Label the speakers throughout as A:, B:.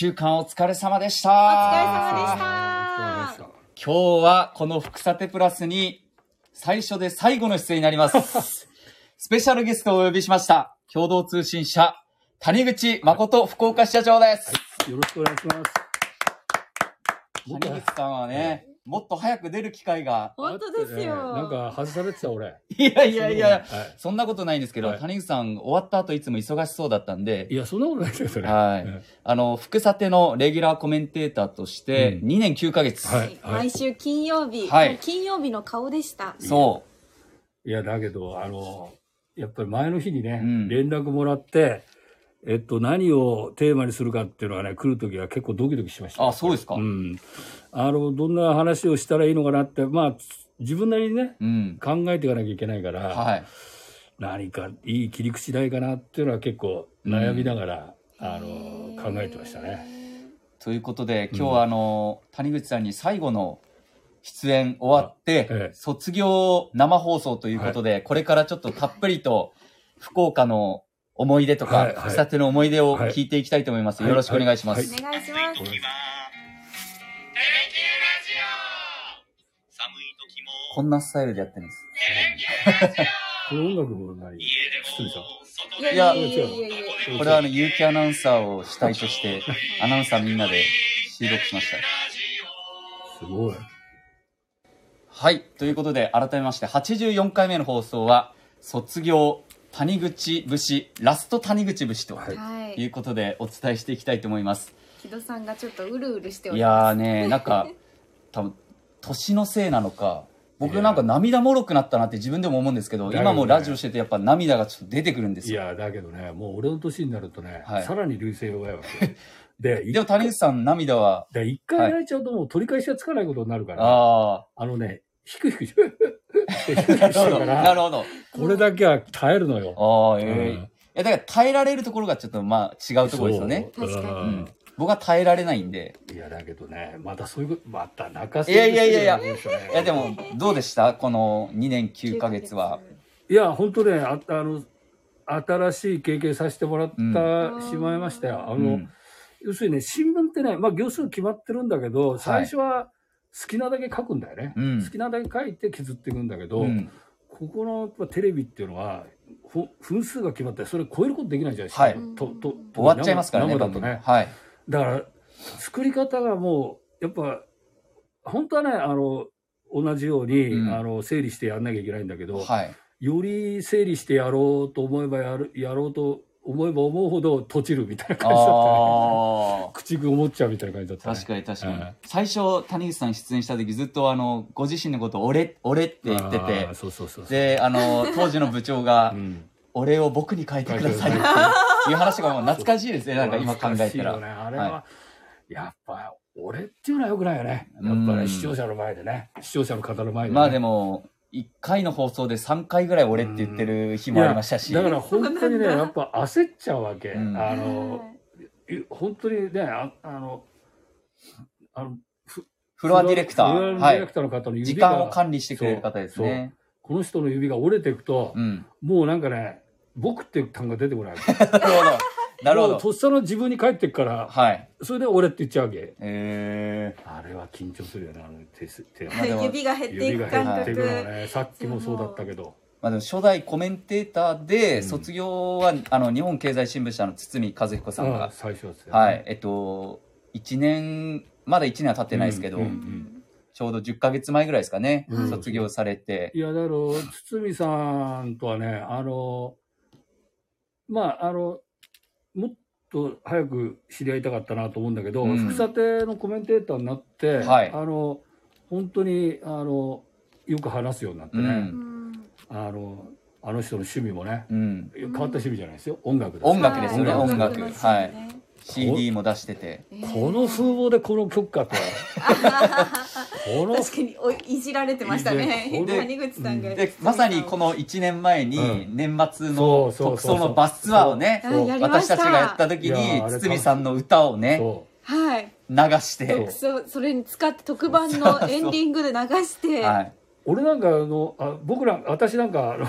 A: 週間お疲れ様でした。
B: お疲れ様でし
C: あ
B: た。
A: 今日はこの福さてプラスに最初で最後の出演になります。スペシャルゲストをお呼びしました。共同通信社、谷口誠福岡支社長です。
C: よろしくお願いします。僕
A: 谷口さんはね、もっと早く出る機会が。
B: 本当ですよ。
C: なんか外されてた俺。
A: いやいやいや、
C: は
A: そんなことないんですけど、
C: はい
A: 谷口さん終わった後いつも忙しそうだったんで
C: い。い、や、そんなことないですよ、それ。
A: はい
C: うん
A: あの、福さてのレギュラーコメンテーターとして
C: うん
A: 2年9ヶ月。
C: は
B: 毎週金曜日、
A: はい
B: もう金曜日の顔でした。
A: そ
C: いや、だけど、あの、やっぱり前の日にね、
A: うん
C: 連絡もらって、えっと、何をテーマにするかっていうのはね、来るときは結構ドキドキしました。
A: う。あ、そうですか。う。
C: うんん。あの、どんな話をしたらいいのかなって、まあ、自分なりにね、考えていかなきゃいけないから、
A: はい。
C: 何かいい切り口ないかなっていうのは結構悩みながら、あの、考えてましたね。
A: ということで今日はあの、谷口さんに最後の出演終わって、
C: あええ
A: 卒業生放送ということで、これからちょっとたっぷりと福岡の思い出とか、
C: はいはい
A: 福さての思い出を聞いていきたいと思います、
C: はい
A: よろしくお願いします、
C: は
B: お願いします。
D: テレキューラジオ寒い時
A: こ
D: も
A: んなスタイルでやってるんです
D: テレキューラジオ
C: これ音楽も何
D: 家で
C: 失礼した
D: も
B: い
D: 外で
B: や
D: も
B: い
A: いや
B: やいやいやいや。
A: これはあの有機アナウンサーを主体としてアナウンサーみんなで収録しました
D: ラジオ
C: すごい。
A: はい。ということで、改めまして、84回目の放送は、卒業、谷口節、ラスト谷口節と
B: はい
A: いうことで、お伝えしていきたいと思います。
B: 木戸さんがちょっとうるうるしてお
A: い
B: りま
A: やーね、なんか、多分年のせいなのか、僕なんか
C: い
A: 涙もろくなったなって自分でも思うんですけど、
C: だよね
A: 今もラジオしててやっぱ涙がちょっと出てくるんです
C: い
A: よ。
C: や、だけどね、もう俺の年になるとね、
A: はい
C: さらに流星弱いわけよ。で、い
A: でも谷口さん涙は、
C: で一
A: はい
C: 回泣いちゃうともう取り返しがつかないことになるから、あ
A: あ
C: のね、ひくひくし、ひくひく
A: あ、なる
C: して
A: ほ
C: る
A: ど、
C: か
A: なる
C: ら、
A: ほど。
C: これだけは耐えるのよ。
A: ああ、ええ
C: うん
A: いや、だから耐えられるところがちょっとまあ違うところですよね。
C: そう
B: 確かに
A: う
C: うん
A: ん。僕は耐えられないんで。
C: いや、だけどね、またそういうこと、また泣かせ
A: いやいやいやいや
C: ようにしてね
A: いやでもどうでしたこの2年9ヶ月は。
C: いや、本当ね、ああの、新しい経験させてもらった、しまいましたよ。あの、
A: うん
C: 要するにね、新聞ってね、まあ、行数決まってるんだけど、最初は好きなだけ書くんだよね。
A: うん
C: 好きなだけ書いて削っていくんだけど、
A: うん
C: ここのやっぱテレビっていうのは、ほ分数が決まって、それ超えることできないじゃないですか。
A: はい
C: とと
A: 終わっちゃいますからね、
C: 生
A: 番
C: だと
A: 組
C: ね。
A: はい。
C: だから、作り方がもう、やっぱ、本当はね、あの、同じように、
A: うん
C: あの整理してやんなきゃいけないんだけど、
A: はい。
C: より整理してやろうと思えばやるやろうと思えば思うほど閉じるみた
A: あ
C: いな 感じだったね。
A: ー
C: 口ぐもっちゃうみたいな感じだった、ね。
A: 確かに確かに
C: うん。
A: 最初、谷口さん出演した時ずっとあの、ご自身のことを俺、俺って言って
C: あー
A: て、
C: そうそうそうそう。
A: で、あの、当時の部長が
C: う、ん、
A: 俺を僕に変えてください
C: 書いてく
A: っていう話がもう懐かしいですね、なんか今考え
C: 懐かしい
A: た
C: よね
A: ら。
C: あれは、
A: は
C: やっぱ、俺っていうのは良くないよね。やっぱ
A: うん
C: ね、視聴者の前でね。視聴者の方の前で、ね。
A: まあでも、1回の放送で3回ぐらい俺って言ってる日もありましたし。
C: いやだから本当にね、
B: そうなんだ
C: やっぱ焦っちゃうわけ。
A: うん
C: あ
B: あ
C: の、い本当にね、ああの、あの、
A: フロアディレクタ
C: フロ
A: ー。
C: ア
A: は
C: ディレ
A: い
C: ク。ターの方の指
A: 時
C: が、
A: 間を管理してくれる方ですね。
C: この人の指が折れていくと、
A: うん。
C: もうなんかね、僕っていう単語が出てこない。
A: なるほど。 なるほ
C: もう
A: ど。
C: とっさの自分に返ってくから、
A: はい。
C: それで俺って言っちゃうわけ。
A: え
C: あれは緊張するよね、あの手す手
A: まあでも
B: 指が減ってい
C: 指
B: く
C: が減
B: 感
C: っていくの
B: 覚。
C: はね、さっきもそうだったけど。
A: ーまあでも初代コメンテーターで、
C: うん
A: 卒業は、あの、日本経済新聞社の堤和彦さん
C: あ
A: が
C: あ、最初ですよね
A: はい、。えっと、1年、まだ1年は経ってないですけど、
C: うん
B: う
C: うんん
A: ちょうど10ヶ月前ぐらいですかね、
C: うん
A: 卒業されて。
C: いや、だろう、堤さんとはね、あの、まあ、あの、もっと早く知り合いたかったなと思うんだけど、
A: うん
C: 福さてのコメンテーターになって、
A: はい
C: あの、本当に、あの、よく話すようになって
A: う
C: ね、
A: ん。
C: あの、あの人の趣味もね、
A: うん。
C: 変わった趣味じゃないですよ、音楽です。
A: 音楽ですよね
C: はい
A: 音楽はい CD も出してて。
C: この風貌でこの 曲かと。この
B: 確かにおいじられてましたね
C: いいね
B: 谷口さんが
A: で、まさにこの1年前に、
C: う
A: 年末
C: そ
A: の
C: うそう
A: 特
C: そうそう
A: 捜のバスツアーをね
B: あ、やりま
A: 私
B: した
A: たちがやった時に
C: いやーあれ楽しい
A: 堤さんの歌をね
C: そ
B: はい
A: 流して
C: そう
B: そうそれに使って特番のエンディングで流して
A: はいう
C: 俺なんかあのあ僕ら私なんかあの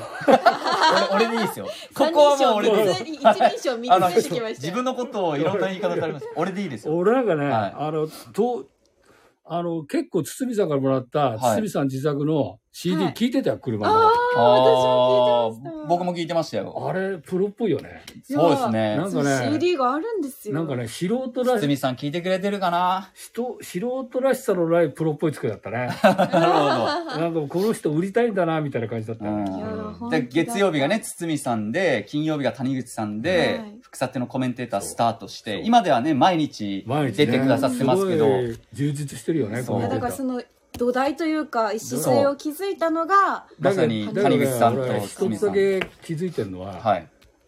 A: 俺俺でいいですよ。ここはもう俺でいいです。
B: 一人称三つ出てきました
A: 自
B: よ
A: 分のことをいろんな言い方されます。 俺でいいですよ。
C: 俺なんかね、
A: はい
C: あのとあの結構堤さんからもらった、
A: はい
C: 堤さん自作の CD
B: はい
C: 聞いてたよ車の、
B: ああ、
A: あ
B: 私も聞いてました。
A: ー僕も聞いてましたよ。
C: あれプロっぽいよね
A: そうですね
C: な。ん
B: そ
C: か
B: う
C: ね
B: CD があるんですよ。
C: なんかね素人らし
A: 堤さん聞いてくれてるかな
C: 人素人らしさのないプロっぽい作りだった ね
A: なるほど。
C: なんかこの人売りたいんだなみたいな感じだったよね、
A: うんいや
B: ーほん
A: で月曜日がね堤さんで金曜日が谷口さんで、
B: はい
A: 副査定のコメンテータースタートして
C: そう
A: 今ではね毎日
C: 毎日ね
A: 出てくださってますけど
C: ごい充実してるよね
A: そう
B: い
C: コメ
B: や
C: ンテ
B: だか
C: ーター
B: らその土台というか礎を築いたのが
A: まさに
C: だけ
A: 谷
C: ど
A: 口さんと
C: だけどね
A: 堤
C: 俺一つ
A: さ
C: だ
A: ん
C: け気づいてるのは、
A: はい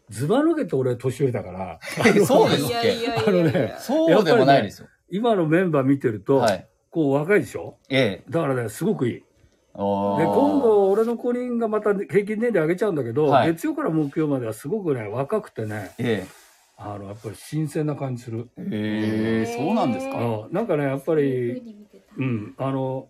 C: ズバ抜けて俺年上だから、
A: そうです
B: い
A: っ
B: やい
A: け
B: やいや
C: あの
B: い
C: ね
B: や
A: そうでもないですよ、
C: 今のメンバー見てると、
A: はい
C: こう若いでしょ
A: ええ
C: だからね、すごくいい。で、
A: おー
C: 今度俺の5人がまた平均年齢上げちゃうんだけど、
A: はい
C: 月曜から木曜まではすごくね、若くてね、
A: え
C: あの、やっぱり新鮮な感じする。
A: えええそうなんです
C: あ
A: か
C: のなんかね、やっぱり、うん、あの、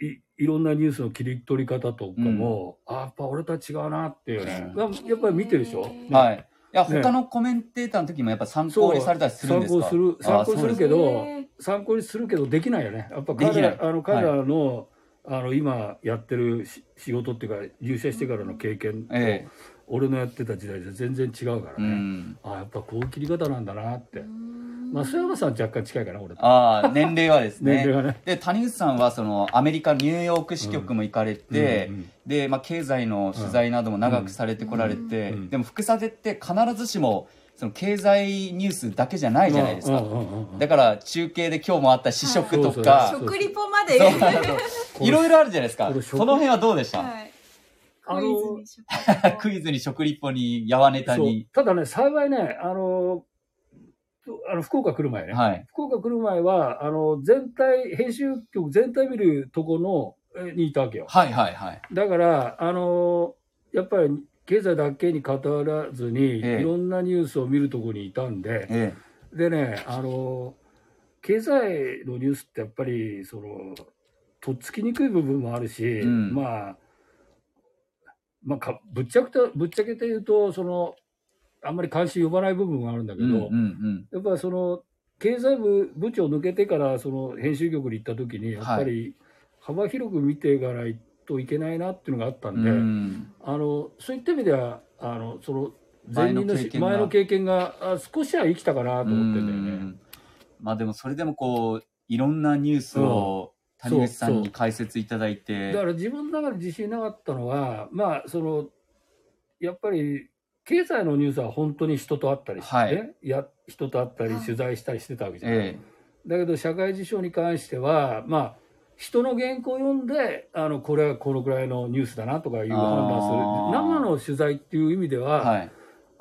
C: いいろんなニュースの切り取り方とかも、あやっぱ俺とは違うなっていうね、がやっぱり見てるでしょ、
B: へー
A: はいいや
C: ね
A: 他のコメンテーターの時もやっぱ参
C: そ
A: 考
C: う
A: にされたりするんですか
C: 参考する参考にするけど
B: へー
C: 参考にするけどできないよねやっぱ
A: でき
C: 彼
A: ない
C: らあの彼らの,、あの今やってるし仕事っていうか入社してからの経験と、
A: ええ
C: 俺のやってた時代と全然違うから
A: う
C: ね、
A: ん
C: あやっぱこういう切り方なんだなって
B: ま
C: 増山さんは若干近いかな俺と
A: ああ年齢はですね
C: 年齢がね
A: で谷口さんはそのアメリカニューヨーク支局も行かれて、
C: うんうん
A: で、まあ、経済の取材なども長くされてこられて、
C: うんうん
A: でも副査定って必ずしもその経済ニュースだけじゃないじゃないですか、
C: うんうんうんうん
A: だから中継で今日もあった試食と
C: そ
A: か
C: う
B: 食リポまで
A: そうそうそう いろいろあるじゃないですか
C: これ
A: その辺はどうでした、
B: はい
C: あ
B: ク
C: の
B: イズにしよう
A: クイズに食リポにやわネタ
C: そう
A: に
C: ただね幸いねあのあの福岡来る前ね、
A: はい
C: 福岡来る前はあの全体編集局全体見るとこのえにいたわけよ
A: はいはいはい
C: だから、あのーやっぱり経済だけに偏らずに、
A: ええ
C: いろんなニュースを見るところにいたんで、
A: え
C: でね、あのー経済のニュースってやっぱりその、とっつきにくい部分もあるし、
A: うん
C: まあ、まあかぶっちゃけてぶっちゃけて言うとその、あんまり関心呼ばない部分があるんだ
A: え
C: け
A: う
C: ど、
A: んうんうん
C: やっぱりその経済部部長抜けてからその編集局に行った時にやっぱり幅広く見ていかないといけないなっていうのがあったんで、
A: うん
C: あのそういった意味ではあのその前任のし
A: 前
C: 前
A: の
C: の経験があ少しは生きたかなと思ってんだよ
A: う
C: ね。
A: んまあでもそれでもこういろんなニュースを
C: そう
A: 谷口さん
C: そ
A: に
C: う
A: 解説いただいて
C: だから自分の中で自信なかったのはまあそのやっぱり経済のニュースは本当に人と会ったりして、
A: はい
C: や人と会ったり
B: はい
C: 取材したりしてたわけじゃない、
A: え
C: だけど社会事象に関してはまあ人の原稿を読んであのこれはこのくらいのニュースだなとかいう判断する
A: あー
C: 生の取材っていう意味で
A: え
C: は、
A: はい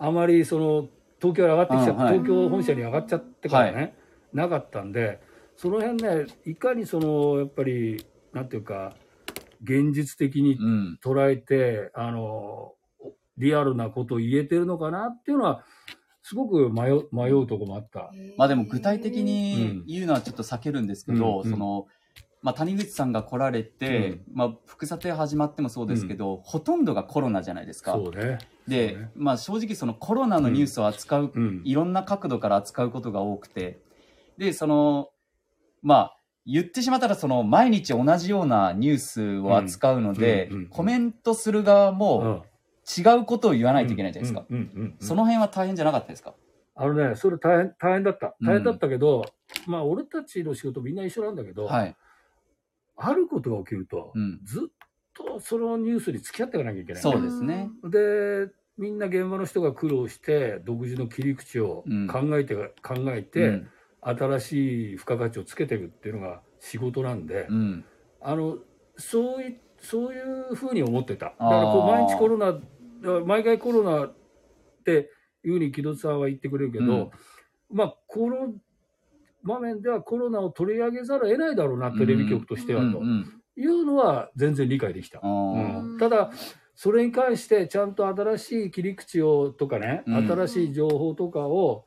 C: あまりその東京に上がってきちゃっ
A: うんはい
C: 東京本社に上がっちゃってからね、
A: は
C: なかったんでその辺ねいかにそのやっぱりなんていうか現実的に
A: うん
C: 捉えて、あのリアルなことを言えてるのかなっていうのはすごく迷う迷うとこもあった。
A: まあでも具体的
C: う
A: に
C: ん
A: 言うのはちょっと避けるんですけど、
C: うんうん
A: その、まあ、谷口さんが来られて、まあ、副査定始まってもそうですけど、ほとんどがコロナじゃないですか。
C: そうね。
A: で、
C: そうね
A: まあ正直そのコロナのニュースを扱う、
C: うん
A: いろんな角度から扱うことが多くて、で、その、まあ、言ってしまったらその毎日同じようなニュースを扱うので、
C: うんうんうん
A: コメントする側も
C: ん
A: 違うことを言わないといけないじゃないですか。
C: うんうんうんうん
A: その辺は大変じゃなかったですか
C: あのね、それ大変大変だった。大変だったけど、まあ俺たちの仕事みんな一緒なんだけど、
A: はい。
C: あることが起きると、
A: うん。
C: ずっとそのニュースに付き合っていかなきゃいけない、
A: そうですね。
C: でみんな現場の人が苦労して独自の切り口を
A: うん
C: 考えて、考えて、
A: うん
C: 新しい付加価値をつけていくっていうのが仕事なんで、
A: うん。
C: あのそういそういうふうに思ってただか
A: あー
C: らこう毎日コロナだから毎回コロナっていうふうに木戸さんは言ってくれるけど、まあこの場面ではコロナを取り上げざるを得ないだろうなテレビ局としては
A: うん
C: と
A: うん
C: いうのは全然理解できた
A: あ。ー
C: うんただそれに関してちゃんと新しい切り口をとかね、
A: うん
C: 新しい情報とかを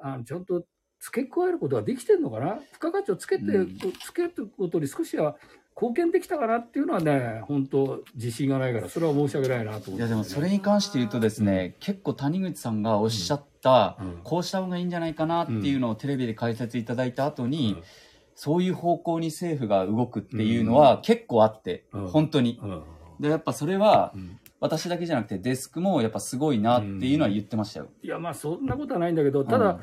C: あのちゃんと付け加えることができてるのかな付加価値をつけて、
A: うん
C: つけることに少しは貢献できたかなっていうのはね、本当自信がないから、それは申し訳ないなと思って、
A: いやでもそれに関して言うとですね、結構谷口さんがおっしゃった、
C: うん
A: こうした方がいいんじゃないかなっていうのをテレビで解説いただいた後に、
C: うん
A: そういう方向に政府が動くっていうのは結構あって、
C: うん
A: 本当に。
C: うん
A: で、やっぱそれは
C: うん
A: 私だけじゃなくてデスクもやっぱすごいなっていうのは言ってましたよ。
C: いや、まあそんなことはないんだけど、ただ、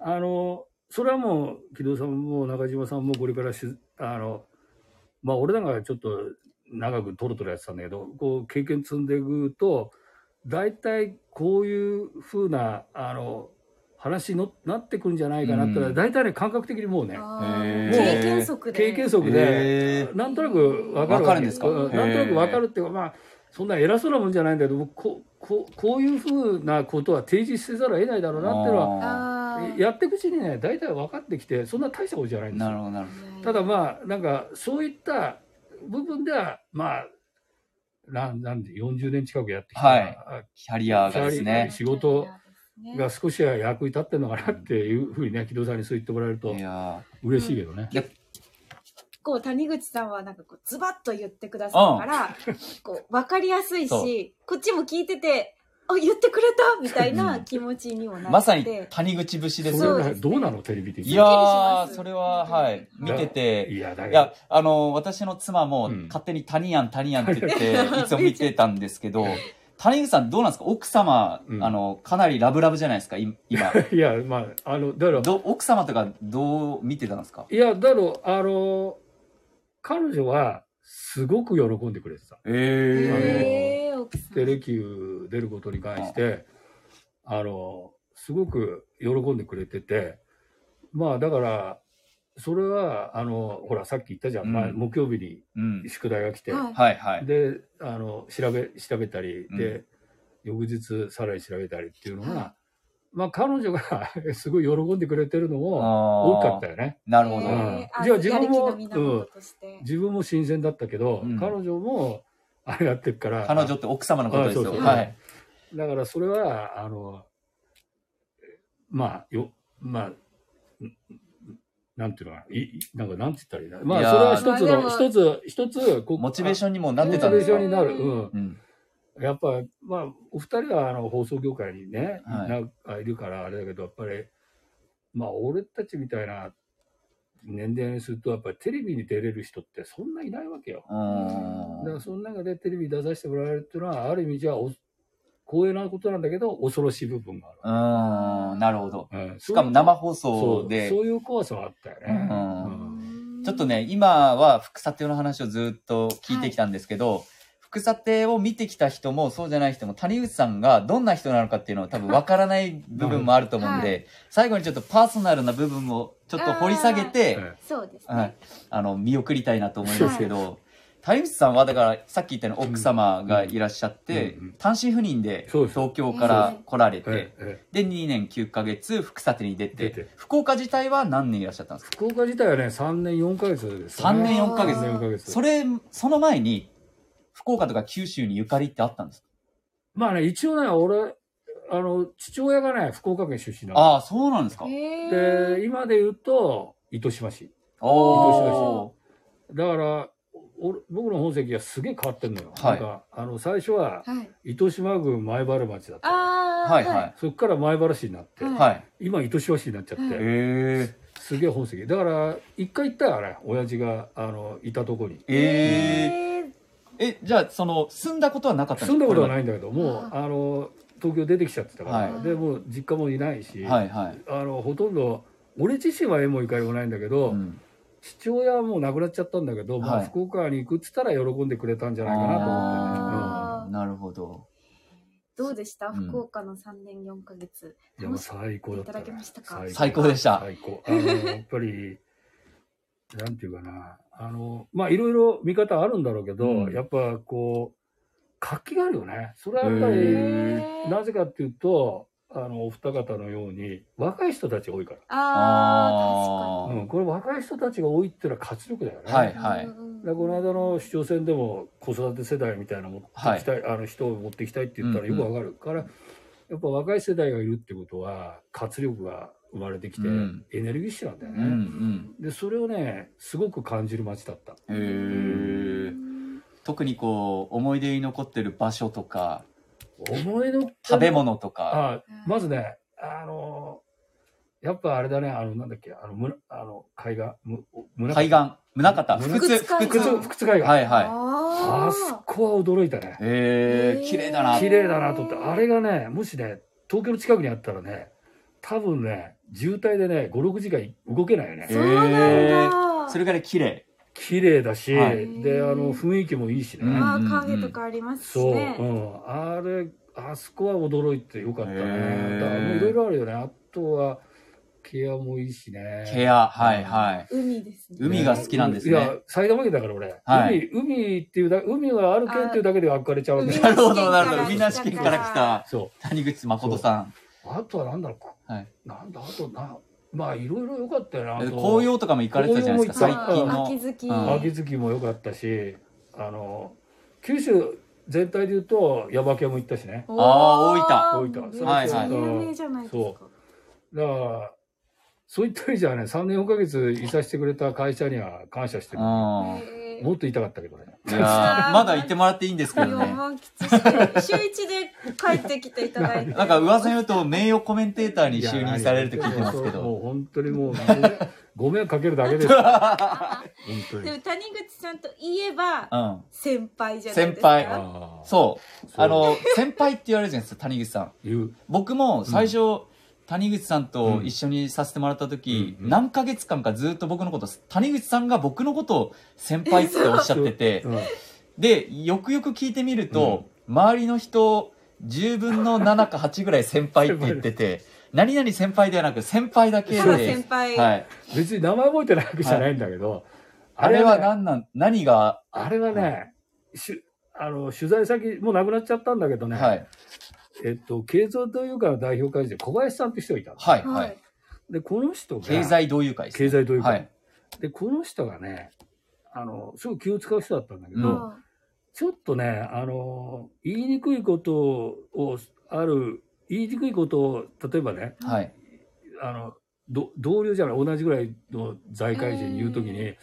C: あの、それはもう、木戸さんも中島さんもこれからし、あの、まあ俺なんかはちょっと長くトロトロやってたんだけど、こう経験積んでいくと、大体こういうふうな、あの、話になってくるんじゃないかなってのは、
A: うん
C: 大体ね、感覚的にもうね、
B: あ
A: へ
B: ー
A: ー
B: 経験則で
C: 経験則で、
A: へ
C: なんとなくわか
A: わ
C: る
A: かるんですか
C: うなんとなくわかるっていうか、まあ、そんな偉そうなもんじゃないんだけど、僕こうこうこういうふうなことは提示せざるを得ないだろうなっていうのは、
A: は。
B: あー
C: やっていくうちにね大体分かってきてそんな大したことじゃないんです
A: なる
C: よ
A: ほどなるほ
C: ただまあなんかそういった部分ではまあなんなんで40年近くやってきた、
A: はいキャリアがですね。
C: 仕事が
B: が
C: 少しは役に立ってるのかなっていうふうにね木戸さんにそう言ってもらえると
A: いや
C: 嬉しいけどね、
B: こう谷口さんはなんかこうズバッと言ってくださるから、こう分かりやすい
A: そう
B: しこっちも聞いててあ言ってくれたみたいな気持ちにもなって、
A: ーまさに谷口節です
C: そ
A: よ
C: れ
B: そ
C: は
B: うですね
C: どうなのテレビ的に
A: い
B: すっきりし
A: や
B: ま
A: ー、
B: す
A: それは、はい、見てて、
C: いやだ
A: い
C: けど
A: や、あの、私の妻も
C: うん
A: 勝手に谷やん、谷やんって言 って、いつも見てたんですけど、谷口さんどうなんですか奥様、
C: うん
A: あの、かなりラブラブじゃないですか、い今。
C: いやまああのだから
A: ど奥様とかどう見てたんですか
C: いやだろあの彼女はすごく喜んでくれてた
A: え
B: へー奥さん
C: テレキュー出ることに関して、あの、すごく喜んでくれてて、まあだから、それは、あの、ほら、さっき言ったじゃん、
A: うん
C: まあ、木曜日に
A: うん。
C: 宿題が来て、
B: はい
A: はいはい。
C: で、あの、調べ、調べたり、
A: うん
C: で、翌日さらに調べたりっていうのが、
B: は
C: まあ彼女が すごい喜んでくれてるのも
A: 多
C: 多かったよね。
A: なるほ
B: へ
A: ど。
C: うん
B: ーあ
C: じゃあ自分も
B: やる気の源として
C: 自分も新鮮だったけど、
A: うん
C: 彼女もあれやってるから、
A: 彼女って奥様のことです
C: あそう
A: よ。
C: そう
A: はい。
C: だからそれは、あの、まあ、よ、まあ、んなんていうのかな、いいなんかなんて言ったらいいんだ。ま
A: いや
C: あ、それは一つ
B: ま
C: の、
B: あで
C: 一つ、一つ、こ
A: モチベーシ
C: ョン
A: ョンにもなって
C: にモ
A: た
C: チ
A: んで
C: ベー
A: す
C: ショ
A: か
C: ンになる。うん。
A: うん。
C: やっぱ、まあ、お二人は、あの、放送業界にね、
A: はい
C: なんかいるから、あれだけど、やっぱり、まあ、俺たちみたいな年齢にすると、やっぱりテレビに出れる人ってそんないないわけよ。
A: うーん
C: だからその中でテレビに出させてもらえるっていうのは、ある意味じゃあお光栄なことなんだけど、恐ろしい部分がある。
A: うーん。なるほど。
C: うん
A: しかも生放
C: そ
A: 送
C: う
A: で
C: そういう怖さはあったよね。
A: うん
C: うん
A: ちょっとね、今は副査定の話をずっと聞いてきたんですけど、副査定を見てきた人もそうじゃない人も谷口さんがどんな人なのかっていうのは多分わからない部分もあると思うんで、
B: は
A: 最後にちょっとパーソナルな部分をちょっと掘り下げて、
C: はい
B: そうですね、
A: はい、あの見送りたいなと思いますけど、谷口さんはだからさっき言ったように奥様がいらっしゃって、
C: うんうん
A: 単身赴任で
C: そうです
A: 東京から来られて、
C: ええ
A: で2年9ヶ月副査定に出て
C: 出て
A: 福岡自体は何年いらっしゃったんですか
C: 福岡自体はね、3年4ヶ月です、ね。
A: 三年四ヶ月
C: 三年四ヶ月
A: それ、その前に、福岡とか九州にゆかりってあったんですか
C: まあね、一応ね、俺、あの、父親がね、福岡県出身なの。
A: ああ、そうなんですか。
B: へー
C: で、今で言うと、糸島市。
A: お
C: だから、お俺僕の本籍がすげえ変わってんのよ。
A: はい
C: なんか、あの、最初は、
B: はい
C: 糸島郡前原町だっ
B: あ
C: た。
A: ー。
B: あ
A: はいは。
C: そっから前原市になって、
B: はい
A: はい。
C: 今糸島市になっちゃって、
B: はい
A: え
C: すげえ本籍。だから、一回行ったよ、あれ。親父が、あの、いたとこに。
A: え。え
B: へー
A: え。え、じゃあ、その、住んだことはなかったんです。
C: 住んだことはないいんだけどもう
B: あ
C: あの東京出てきちゃってたから、
A: はい
C: でもう実家もいないし、
A: はいはい。
C: あのほとんど俺自身は絵もゆかりもないんだけど、
A: うん
C: 父親はもう亡くなっちゃったんだけど、ま
A: は
C: あ、
A: い
C: 福岡に行くっつったら喜んでくれたんじゃないかなと思っ
B: あー
A: なるほど。
B: どうでした、
A: うん
B: 福岡の三年四ヶ月
C: てね、うん、いやもう
B: 楽し
C: 最高だった,、
B: いただけましたか
A: 最高でした
C: 最高あのやっぱりなんていうかなあのまあいろいろ見方あるんだろうけど、
A: うん
C: やっぱこう活気があるよねそれはやっぱ
A: へ
C: り
A: ー
C: なぜかっていうと、あの、お二方のように、若い人たちが多いか
B: あ
C: ら。
A: あ
C: うん、これ若い人たちが多いっていうのは活力だよね。
A: ーは
B: ー
A: い
B: 確
A: は
B: か
A: い
B: に。うん
C: だからこの間の市長選でも子育て世代みたいなの持ってきたい、あの人を持ってきたいって言ったら
A: うんう
C: よ
A: ん
C: くわかるから、やっぱ若い世代がいるってことは活力が生まれてきて、
A: うん
C: エネルギッシュなんだよ
A: うんう
C: ね、
A: ん。
C: でそれをねすごく感じる街だった
A: へえ。特にこう、思い出に残ってる場所とか、
C: 思いの
A: 食べ物とか。
C: あまずねあのやっぱあれだねあのなんだっけあのむあの海岸むむ
A: 海岸、宗像、
C: 胸
A: 福
B: 津
A: 津、
B: 海
A: 福
B: 岸
C: 福
A: 津。
C: 津福津海岸、
A: はいは
C: あ
B: あ
C: そ
B: あ。
C: こは驚いたね
A: い。へえ、綺麗だな。
C: 綺麗だなと思ってあれがねもしね東京の近くにあったらね多分ね渋滞でね56時間動けないよ
A: え
C: ね
B: そうなんだ。
A: それぐらい綺麗。
C: 綺麗だし、
A: はい
C: であの雰囲気もいいしね、
A: うん
B: ああ、影とかありますし
C: そう、
B: ね。
C: うん、あれあそこは驚いてよかったね
A: へー
C: だからもういろいろあるよねあとはケアもいいしね
A: ケア、はいはい。
B: 海ですね。
A: 海が好きなんですね
C: いや埼玉県だから俺、
A: はい
C: 海海っていうだ海がある県っていうだけで憧れちゃうんだ
B: あ
C: よ
A: なるほど、なるほど。
C: 海
A: 海
C: な
A: な
C: し
A: し
C: 県
A: 県
C: か
A: からら来た
C: そ
A: 谷口誠さん。
C: うあとはなんだろうこ
A: はい。
C: なんだあとなまあいろいろ良かったよなあと
A: 紅葉とかも行かれてたじゃないですか、
C: 紅
A: 最
C: 葉
A: 近
C: も
A: の。
B: 秋月。
A: うん
C: 秋月も良かったしあの九州全体で言うと耶馬渓も行ったしね
A: あ
C: ー大分大分
B: はい
A: はいはい
B: 有名じゃないです
C: そ
B: か。
C: だからそういった意味じゃね3年4ヶ月いさせてくれた会社には感謝して
A: う
C: る
A: ん。
C: も
B: へー
C: っと言いたかったけどね
A: いやーまだ行ってもらっていいんですけ
B: いや
A: どね。
B: 満喫して週一で帰ってきていただいて。
A: なんか噂によると名誉コメンテーターに就任されると聞いてますけ
C: いやいやいやも
A: ど。
C: う本当にもうご迷惑かけるだけです 本当
B: で
C: に
B: も谷口さんといえば
A: うん。
B: 先輩じゃないです
A: 先
B: か。
C: ああ
A: そう。
C: そう
A: あの、先輩って言われるじゃないですか、谷口さん。
C: 言う
A: 僕も最初、谷口さんと一緒にさせてもらった時、
C: うんうん
A: 何ヶ月間かずっと僕のこと、谷口さんが僕のことを先輩っておっしゃってて、
C: うん
A: で、よくよく聞いてみると、周りの人、10分の7か8ぐらい先輩って言って て、何々先輩ではなく、先輩だけで、
B: ただ先輩。
A: はい。
C: 別に名前覚えてないわけじゃないんだけど、
A: あれ
C: ね
A: は何なん、何が、
C: あれはね、しゅあの取材先、もうなくなっちゃったんだけどね、
A: はい、
C: えっと、経済同友会の代表会事で小林さんって人がいたの
A: はい、
B: は
A: はいい。
C: で、この人が、
A: 経済同友会ですね。
C: 経済同友会、
A: はい。
C: で、この人がね、あの、すごい気を使う人だったんだけど、
A: うん
B: あ
C: ちょっとね、あの、言いにくいことを、ある、言いにくいことを、例えばね、
A: はい。
C: あの、ど同僚じゃない、同じぐらいの財界人に言うときに、
B: う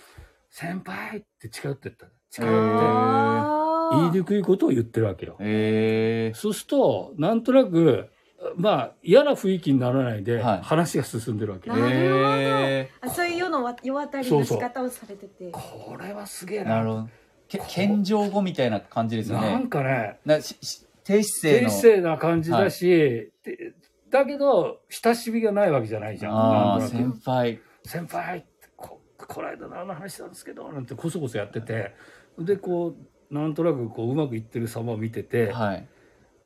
C: 先輩って誓ってったの。誓
A: へ
C: っ
A: ー
C: て、
B: ー
C: 言いにくいことを言ってるわけよ。
A: え
C: そうすると、なんとなく、まあ、嫌な雰囲気にならないで、
A: はい
C: 話が進んでるわけ。
A: ー、
B: なるほど
A: え
B: あそういう世のわ世渡りの仕方をされてて。
C: これはすげえ
A: ー、
C: な。
A: なるほど。け謙譲語みたいな感じですよ
C: な
A: ね
C: ん。かね、
A: なしし低姿勢
C: 低
A: の。
C: 姿勢な感じだし、でだけど、親しみがないわけじゃないじゃん。
A: ああ、
C: なんとな
A: 先輩。
C: く先輩ってこ、この間のあの話なんですけど、なんてこそこそやってて、で、こう、なんとなくこう、うまくいってる様を見てて、
A: はい。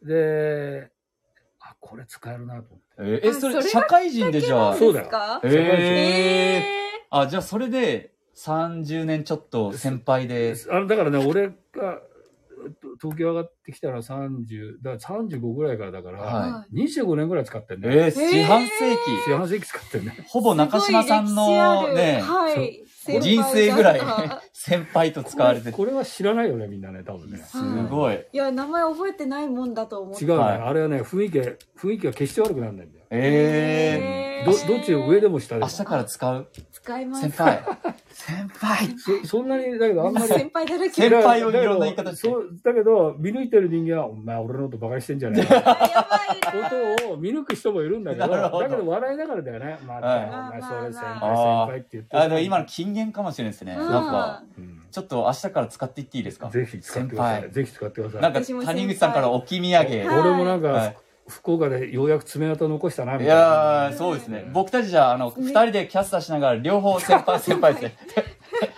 C: で、あ、これ使えるなと思って。
A: えーえ、そ
B: あそれ
A: れ、社会人でじゃあ。
C: そうだ
B: ですか
A: え
C: 社会
A: ー
C: 人
B: え
A: あ、じゃあそれで、30年ちょっと先輩で。
C: あのだからね、俺がと東京上がってきたら30、だから35ぐらいからだから、
A: はい
C: 25年ぐらい使ってん
A: え
C: ね。
A: ー、四半世紀。
C: 四半世紀使ってんね。
A: ほぼ中島さんのね、
B: はい、
C: そう
A: 人生ぐらい
B: 先輩だ
A: 先輩と
B: った
A: 使われてて
C: これは知らないよね、みんなね、多分ね。
A: すごい。
B: いや名前覚えてないもんだと思って
C: 違うね、
A: はい
C: あれはね、雰囲気が、雰囲気が決して悪くならないんだよ。
A: え
B: へ
C: ど
B: ー
C: どっち上でも下
A: ー、
C: で
A: 明
C: も。
A: 日から使う
B: 使います
A: 先輩。 先輩。
C: そそんなに、だけどあんまり。
B: 先輩だらけ
A: 先
B: やば
A: 輩
B: い
A: をいろんな言い
C: だ
A: 方
C: けど
A: して
C: そう、だけど、見抜いてる人間は、お前俺のことバカにしてんじゃな いか。ことを見抜く人もいるんだけど、
A: なるほど
C: だけど笑いながらだよね。まあ、
A: はい
C: お前そ
A: まあ
C: れ先輩先
A: まあ
C: 輩って言ってる。
A: あ、でも今の禁言かもしれないですね。
B: うん
A: なんか、
C: うん
A: ちょっと明日から使っていっていいですか
C: ぜひ使ってください。ぜひ使ってください。
A: なんか、
B: 私も先輩
A: 谷口さんからお気見上げ。
B: はい
C: 俺もなんか、
A: はい
C: 福岡でようやく爪痕残したな、み
A: い
C: たいな。
A: やー、そうですね。僕たちじゃあ、あの、
B: ね
A: 二人でキャスターしながら、両方先輩、先輩って。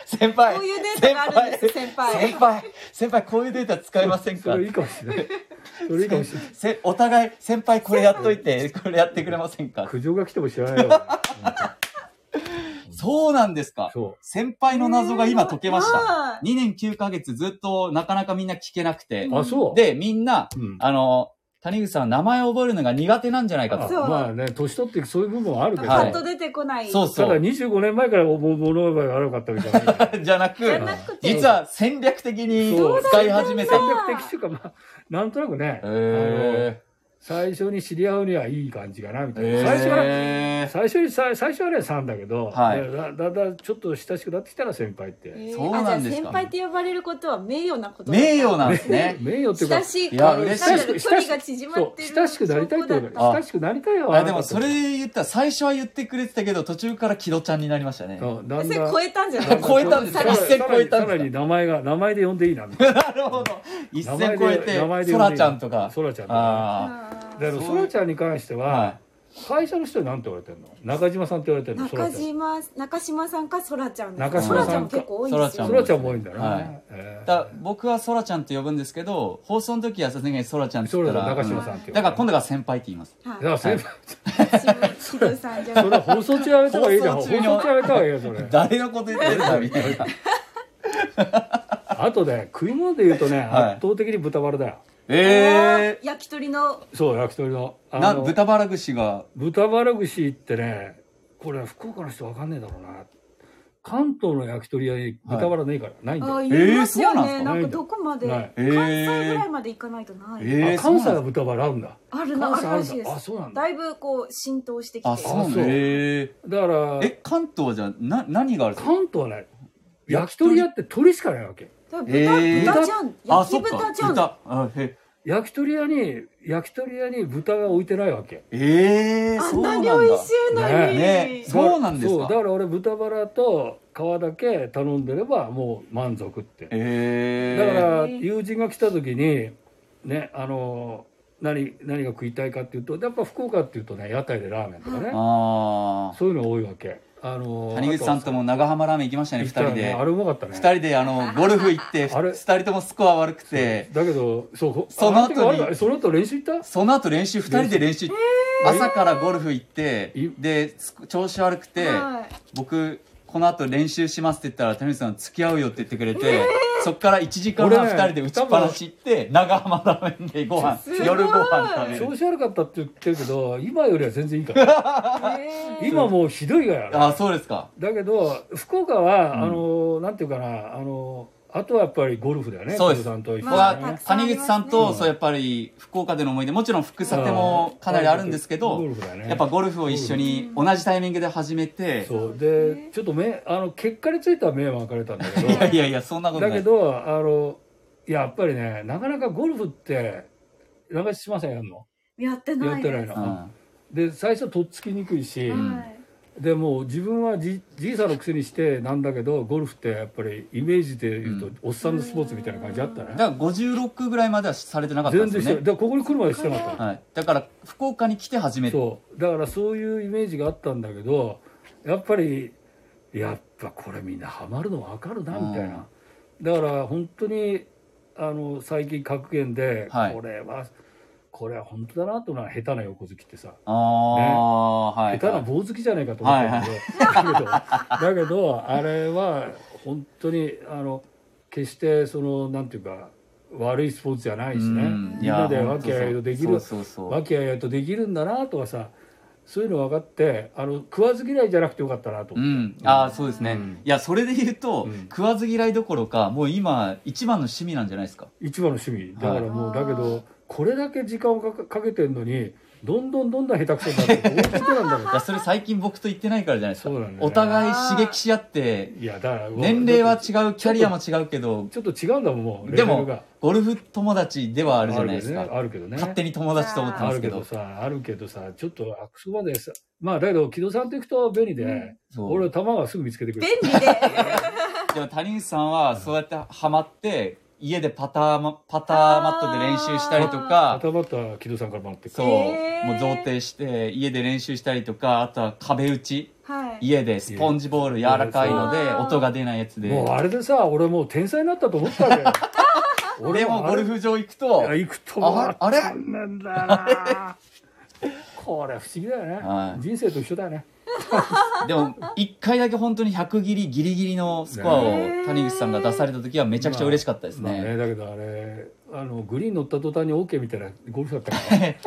A: 先輩
B: こういうデータがあるんです先輩
A: 先輩先輩、こういうデータ使えません
C: そ
A: か
C: れいいかも しれない。それいいかもしれない。
A: せお互い、先輩これやっといて、これやってくれませんか
C: 苦情が来ても知らないよ。
A: そうなんですか。
C: そ
A: 先輩の謎が今解けまし
B: えー
A: た
B: は。い
A: 2年9ヶ月ずっとなかなかみんな聞けなくて
C: う。。あ、そう。、
A: で、みんな、
C: うん、
A: あの、谷口さんは名前を覚えるのが苦手なんじゃないか
C: あ
A: と。
B: そう
C: まあね、年取ってそういう部分はあるけど、
B: パ
A: はい
B: ッと出てこない、
A: そう
C: た
A: そ
C: だ
A: う。
C: 25年前から思う物が悪かったみたいな。
A: じゃなく
B: じゃなくて
A: 実は戦略的に
C: そう
A: 使い始めた
B: そ。う
C: 戦略的っていうか、まあ、なんとなくね、
A: へー
C: 最初に知り合うにはいい感じかなみたいな、
A: えー
C: 最初は最初にさ最初はね3だけど、
A: はい
C: だだんだんちょっと親しくなってきたら先輩って、
B: えー
A: そうなんですか
B: あじゃあ先輩って呼ばれることは名誉なことだった
A: 名誉なんです ね。
C: 名誉っていうか
B: 親しい
A: いや
B: こう
A: 嬉しい
B: 単なる距離が縮ま
C: そ
B: って
C: う
B: る
C: 親しくなりたいってこ
B: 証拠
C: とだ
B: だ
A: あ
C: 親しくなりたいよ
A: あでもそれ
C: あな
A: 言ったら最初は言ってくれてたけど途中から木戸ちゃんになりましたね
C: た。そうだん
B: それ
C: だん
B: 超えたんじゃない
A: 超えたんです
B: さ
A: よ
B: ら
A: 一
B: に
A: 線超えたんですか
C: さらに名前が名前で呼んでいいなみたいな
A: なるほど一線超えて
C: 名前で
A: そらちゃんとか
C: そらちゃんとか
A: あ
B: あ
C: だ
B: ー
C: けどそらちゃんに関して
A: あ
C: は
A: は
C: 会社の人に何て言われてんの中島さんって言われてんのそら
B: 中
C: ちゃん
B: 島中島さんかそらちゃん
C: 中
A: 島さんか
B: そらちゃんも結構多いんですよ
C: そらちゃんも多いんだな、
A: はい
C: え
A: い
C: ー
A: だ僕はそらちゃんと呼ぶんですけど放送の時はさすがにそらちゃんって
C: そ
A: 言っ
C: ら
A: た
C: ちゃん
A: ら、
C: 中
A: うん
C: 島
A: だ
C: さんって言われて
A: から今度は先輩って言います
B: はい
C: だから先輩
B: 私も木戸さんじゃ
C: それは放送中やめた方がいいじゃん
A: 放送
C: 放送
A: 中に
C: 中やめた方がいいよそれ
A: 誰のこと言ってるんだみたい な
C: あとね食い物で言うとね、
A: はい
C: 圧倒的に豚バラだよ
A: ええ
B: 焼き鳥の
C: そう焼き鳥のあ
A: な
C: の
A: 豚バラ串が
C: 豚バラ串ってねこれ福岡の人わかんねえだろうな関東の焼き鳥屋に豚バラねえから、ないんだ
B: あ
C: よ
B: あ言いますよ
A: えー
B: ね
A: そう
C: な
B: なんん
C: ですか
B: かどこまで
C: ない
B: 関
A: え
B: 西ぐらい
A: ー、
B: まで行かないとない、
A: えー
C: あ
A: そ
C: 関西
A: うなんだ
C: は豚バラあるんだ
B: あるな
C: 関
B: あるら
C: 西あるん
B: しいで
C: だあ
B: す
C: そうなんだ
B: だいぶこう浸透してきて
A: あそう
C: あ
A: なん
C: そ
A: だ
C: う
A: え
C: だから
A: ー、え関東じゃな何があるんですか
C: 関東はね焼き鳥屋って鳥しかないわけ
B: だから豚、
A: えー
B: 豚じゃん
A: あ
B: 焼
A: そ
B: き
A: っか
B: 豚じゃん
A: 豚あへ
C: 焼き鳥屋に焼き鳥屋に豚が置いてないわけ
A: えー、
B: あ
A: そ
B: ん
A: う
B: な
A: なん
B: に
A: だ
B: 美味しいのに、
C: ね
A: ねそうなんです
C: そう
A: か
C: だから俺豚バラと皮だけ頼んでればもう満足って
A: え
C: だか
A: ー、
C: ら友人が来た時にねあの何何が食いたいかっていうとやっぱ福岡っていうとね屋台でラーメンとかね
A: あ
C: そういうのが多いわけあの
A: あ谷口さんとも長浜ラーメン行きましたね
C: 行
A: 二
C: ったら
A: 人
C: ね
A: で
C: あれうまかったね
A: 二人であのゴルフ行って
C: あれ
A: 二人ともスコア悪くて
C: だけどそう
A: その後に
C: あ時はあれその後練習行った
A: その後練習2人で練習朝からゴルフ行って
C: い
A: です調子悪くて
B: はい
A: 僕この後練習しますって言ったら谷口さん付き合うよって言ってくれてそっから1時間半
C: 俺ね
A: 2人で打ちっぱなし行って長浜ラーメンでご飯
B: すごい
A: 夜ご飯食べ
C: 調
A: る
C: 子悪かったって言ってるけど今よりは全然いい から
B: えー
C: 今もうひどいがや
A: あそうですか
C: だけど福岡は、
A: うん
C: あのなんていうかなあのあとはやっぱりゴルフだよね
A: そうです
C: 久保さんと
A: こ
C: 一緒に
A: こ
C: ね、
B: まあ
A: は谷口さんとそうやっぱり福岡での思い出もちろん福さてもかなりあるんですけ
C: ゴ
A: ど
C: ルフだね
A: やっぱゴルフを一緒に同じタイミングで始めて
C: そう
B: そう
C: で、
B: ね
C: ちょっとめあの結果については目は分かれたんだけ
A: いや
C: ど
A: いやいやそんなこと
C: だ
A: な
C: け
A: い
C: どあのいややっぱりねなかなかゴルフって流しませんやんの
B: やって
C: や
B: な
C: っ
B: いで
C: て
B: す
C: ないの、
A: うん
C: で最初とっつきにくいし、
B: はい
C: でもう自分はじじいさんのくせにしてなんだけどゴルフってやっぱりイメージで言うと、
A: うん
C: おっさんのスポーツみたいな感じあったね
A: だから56ぐらいまではされてなかったん
C: 全
A: で
C: 然し
A: す
C: て
A: よ
C: ない
A: ね、
C: でここに来るまでしてなかった
A: はい、だから福岡に来て初めて
C: そうだからそういうイメージがあったんだけどやっぱりやっぱこれみんなハマるの分かるなみたいな、だから本当にあの最近格言で、
A: はい
C: これはこれは本当だなと思うのは下手な横好きってさ、
A: ああ、はい
C: 下手な
A: は
C: 棒好きじゃないかと思ったんだけど、だけどだけどあれは本当にあの決してそのなんていうか悪いスポーツじゃない
A: い
C: しね、
A: うんい
C: みん
A: や
C: なで和気あいあいとできる
A: そうそうそう
C: 和気あいあいとできるんだなとかさそういうの分かってあの食わず嫌いじゃなくてよかったなと
A: う
C: 思って、
A: ん、ああそうですね、
C: うん
A: いやそれで言うと、
C: うん
A: 食わず嫌いどころかもう今一番の趣味なんじゃないですか
C: 一番の趣味だからもう、
B: はい
C: だけどこれだけ時間をかかけてるのにどんどんどんどん下手くそになってる大きくなん だ
A: い
C: ろ
A: やそれ最近僕と言ってないからじゃないですか
C: そうなんだよね
A: お互い刺激し合って
C: ういやだから
A: 年齢は違
C: う
A: うキャリアも違うけど
C: ちょっと違うんだもんもう
A: で
C: レベル
A: も
C: が
A: ゴルフ友達ではあるじゃないですか、
C: あるけどねあるけどね
A: 勝手に友達と思ってま
C: あ
A: す
C: る
A: け
C: け
A: ど
C: どさあるけどさちょっとあそこまでさまあだけど木戸さんと行くと便利で、
B: うん
A: そう
C: 俺球がすぐ見つけてくれ
B: 便利
C: る
B: で
A: でも谷口さんはそうやってハマって家でパターマパターマットで練習したりとか
C: 頭とは木戸さんから回ってくる
A: そう
B: へー
A: もう贈呈して家で練習したりとかあとは壁打ち
B: はい
A: 家でスポンジボール柔らかいので
B: そう
A: 音が出ないやつで
C: もうあれでさ俺もう天才になったと思った んだよ
A: でもゴルフ場行くと
C: いや行くと
A: ああれ
C: 残念だな これ不思議だよね、
A: はい
C: 人生と一緒だよね
A: でも1回だけ本当に100ギリギリギリのスコアを
B: ね
A: 谷口さんが出された時はめちゃくちゃ嬉しかったです
C: まあ
A: ね
C: だけどあれあのグリーン乗った途端に OK みたいなゴルフだった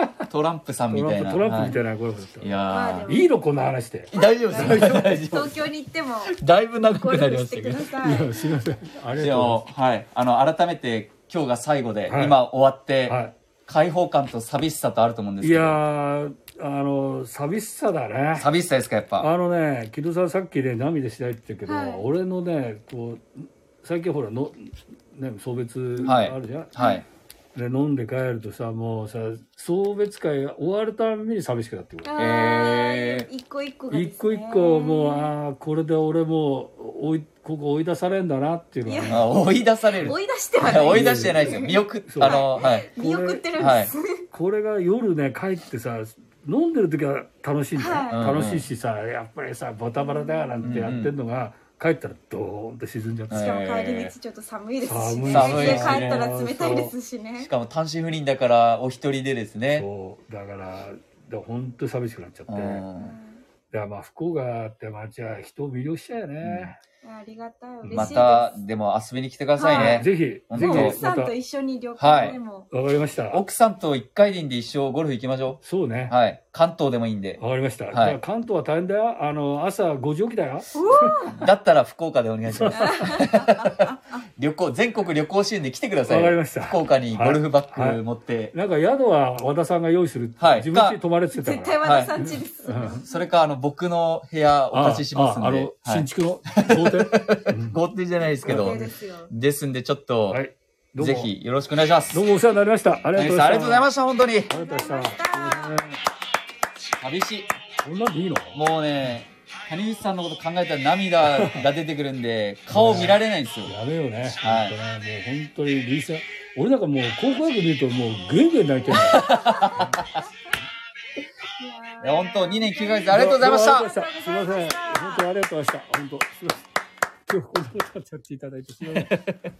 C: から
A: トランプ さんみ
C: ト
A: た
C: ラ
A: い
C: ンプ
A: な
C: トランプみた
A: はい
C: なゴルフだった、
A: い
C: い、
B: まあで
A: や
B: も
C: いのこんな話で
A: ー大丈夫です大丈夫で
B: 東
A: す
B: 京に行っても
A: だいぶ長
B: ゴ
A: く
B: ル
A: なり
B: フ
A: ま
B: し
A: した
B: て
A: け
B: く
A: ど
B: ださい
C: いやすいませんあり
A: で
C: がと
A: も、はい、あの改めて今日が最後で、
C: はい
A: 今終わって、
C: うございますはい
A: 開放感と寂しさとあると思うんです
C: い
A: けど。
C: やー、あの、寂しさだね。
A: 寂しさですか、やっぱ。
C: あのね、木戸さんさっきね、涙しないって言ったけど、
B: はい
C: 俺のね、こう、最近ほらの、ね、送別あ
A: はい
C: るじゃん、
A: はい。
C: で飲んで帰るとさ、もうさ、送別会が終わるたびに寂しくなってくる。
A: え
B: 一個一個がですね
C: 一個一個もう、ああ、これで俺もう追い、ここ追い出されんだなっていうのがね、
A: あ追い出される。
B: 追い出してはない
A: 追い出してないですよ。見送っ
C: そう
A: あの、はい。
B: 見送ってるんです、
C: これが夜ね、帰ってさ、飲んでる時は楽しいんだよ、
B: はい
C: 楽しいしさ、やっぱりさ、バタバタだからなんてやってんのが、帰ったらドーンと沈んじゃって
A: は
B: し
A: い
B: かも帰り道ちょっと寒いですし、ね、
A: 寒い
B: 家
A: で
B: 帰っ
A: すね
B: たら冷たいですし
A: し
B: ね
A: かも単身赴任だから、お一人でですね。
C: そうだからだ本当寂しくなっちゃって、
A: う
C: だか
A: ん
C: らまあ不幸があって街は人を魅了しちゃうよね、
B: ありがたい嬉しいです
A: また、でも遊びに来てください
B: は
A: ね
B: い。
C: ぜひぜ
A: 本
C: ひ
A: 当
B: もう奥
C: ま
B: さん
C: た
B: と
C: わ
B: 一緒に旅行でも、
C: かりました
A: 奥さんと一回輪で一生ゴルフ行きましょ
C: そうね
A: う。はい。関東でもいいん で。
C: わかりました、
A: い
C: じゃあ関東は大変だよあの朝5時起きだよ
A: だったら福岡でお願いします。 旅行、全国旅行支援で来てくださいよ。
C: わかりました
A: 福岡にゴルフバッ
C: は
A: グ
C: い
A: 持って、
C: なんか宿は和田さんが用意するって、
A: はい
C: 自分家に泊まれって言って
B: 絶
C: たか
B: 対和田さん家です、
C: ら、うん
A: それか、あの、僕の部屋お貸ししますんで。
C: ああの、
A: はい
C: 新築の豪邸、 うん
A: 豪邸じゃないですけ
B: 絶
A: ど
B: 対。ですよ
A: ですんで、ちょっと、
C: はいどうも
A: ぜひよろしくお願いします。
C: どうもお世話になりましたありが
A: ナ
C: と
A: イ
C: うご
A: スあ
C: ざ
A: り
C: い
A: がとう
C: ま
A: ござい
C: した
A: ました、本当に。
C: ありがとうございましたね
A: 寂しい。
C: こんなんでいいの
A: もうね、谷口さんのこと考えたら涙が出てくるんで、顔見られないんですよ。
C: やめようね。
A: はい
C: 本当ねもう本当に理想。俺なんかもう高校野球見るともうぐんぐん泣いてる。あ
A: いや本当、2年9ヶ月ありがとうございまし
C: あ
A: た
C: りが。とうございましたすみません。本当にありがとうございました。本当。すみません。今日こんなことになっちゃっていただいてすみません。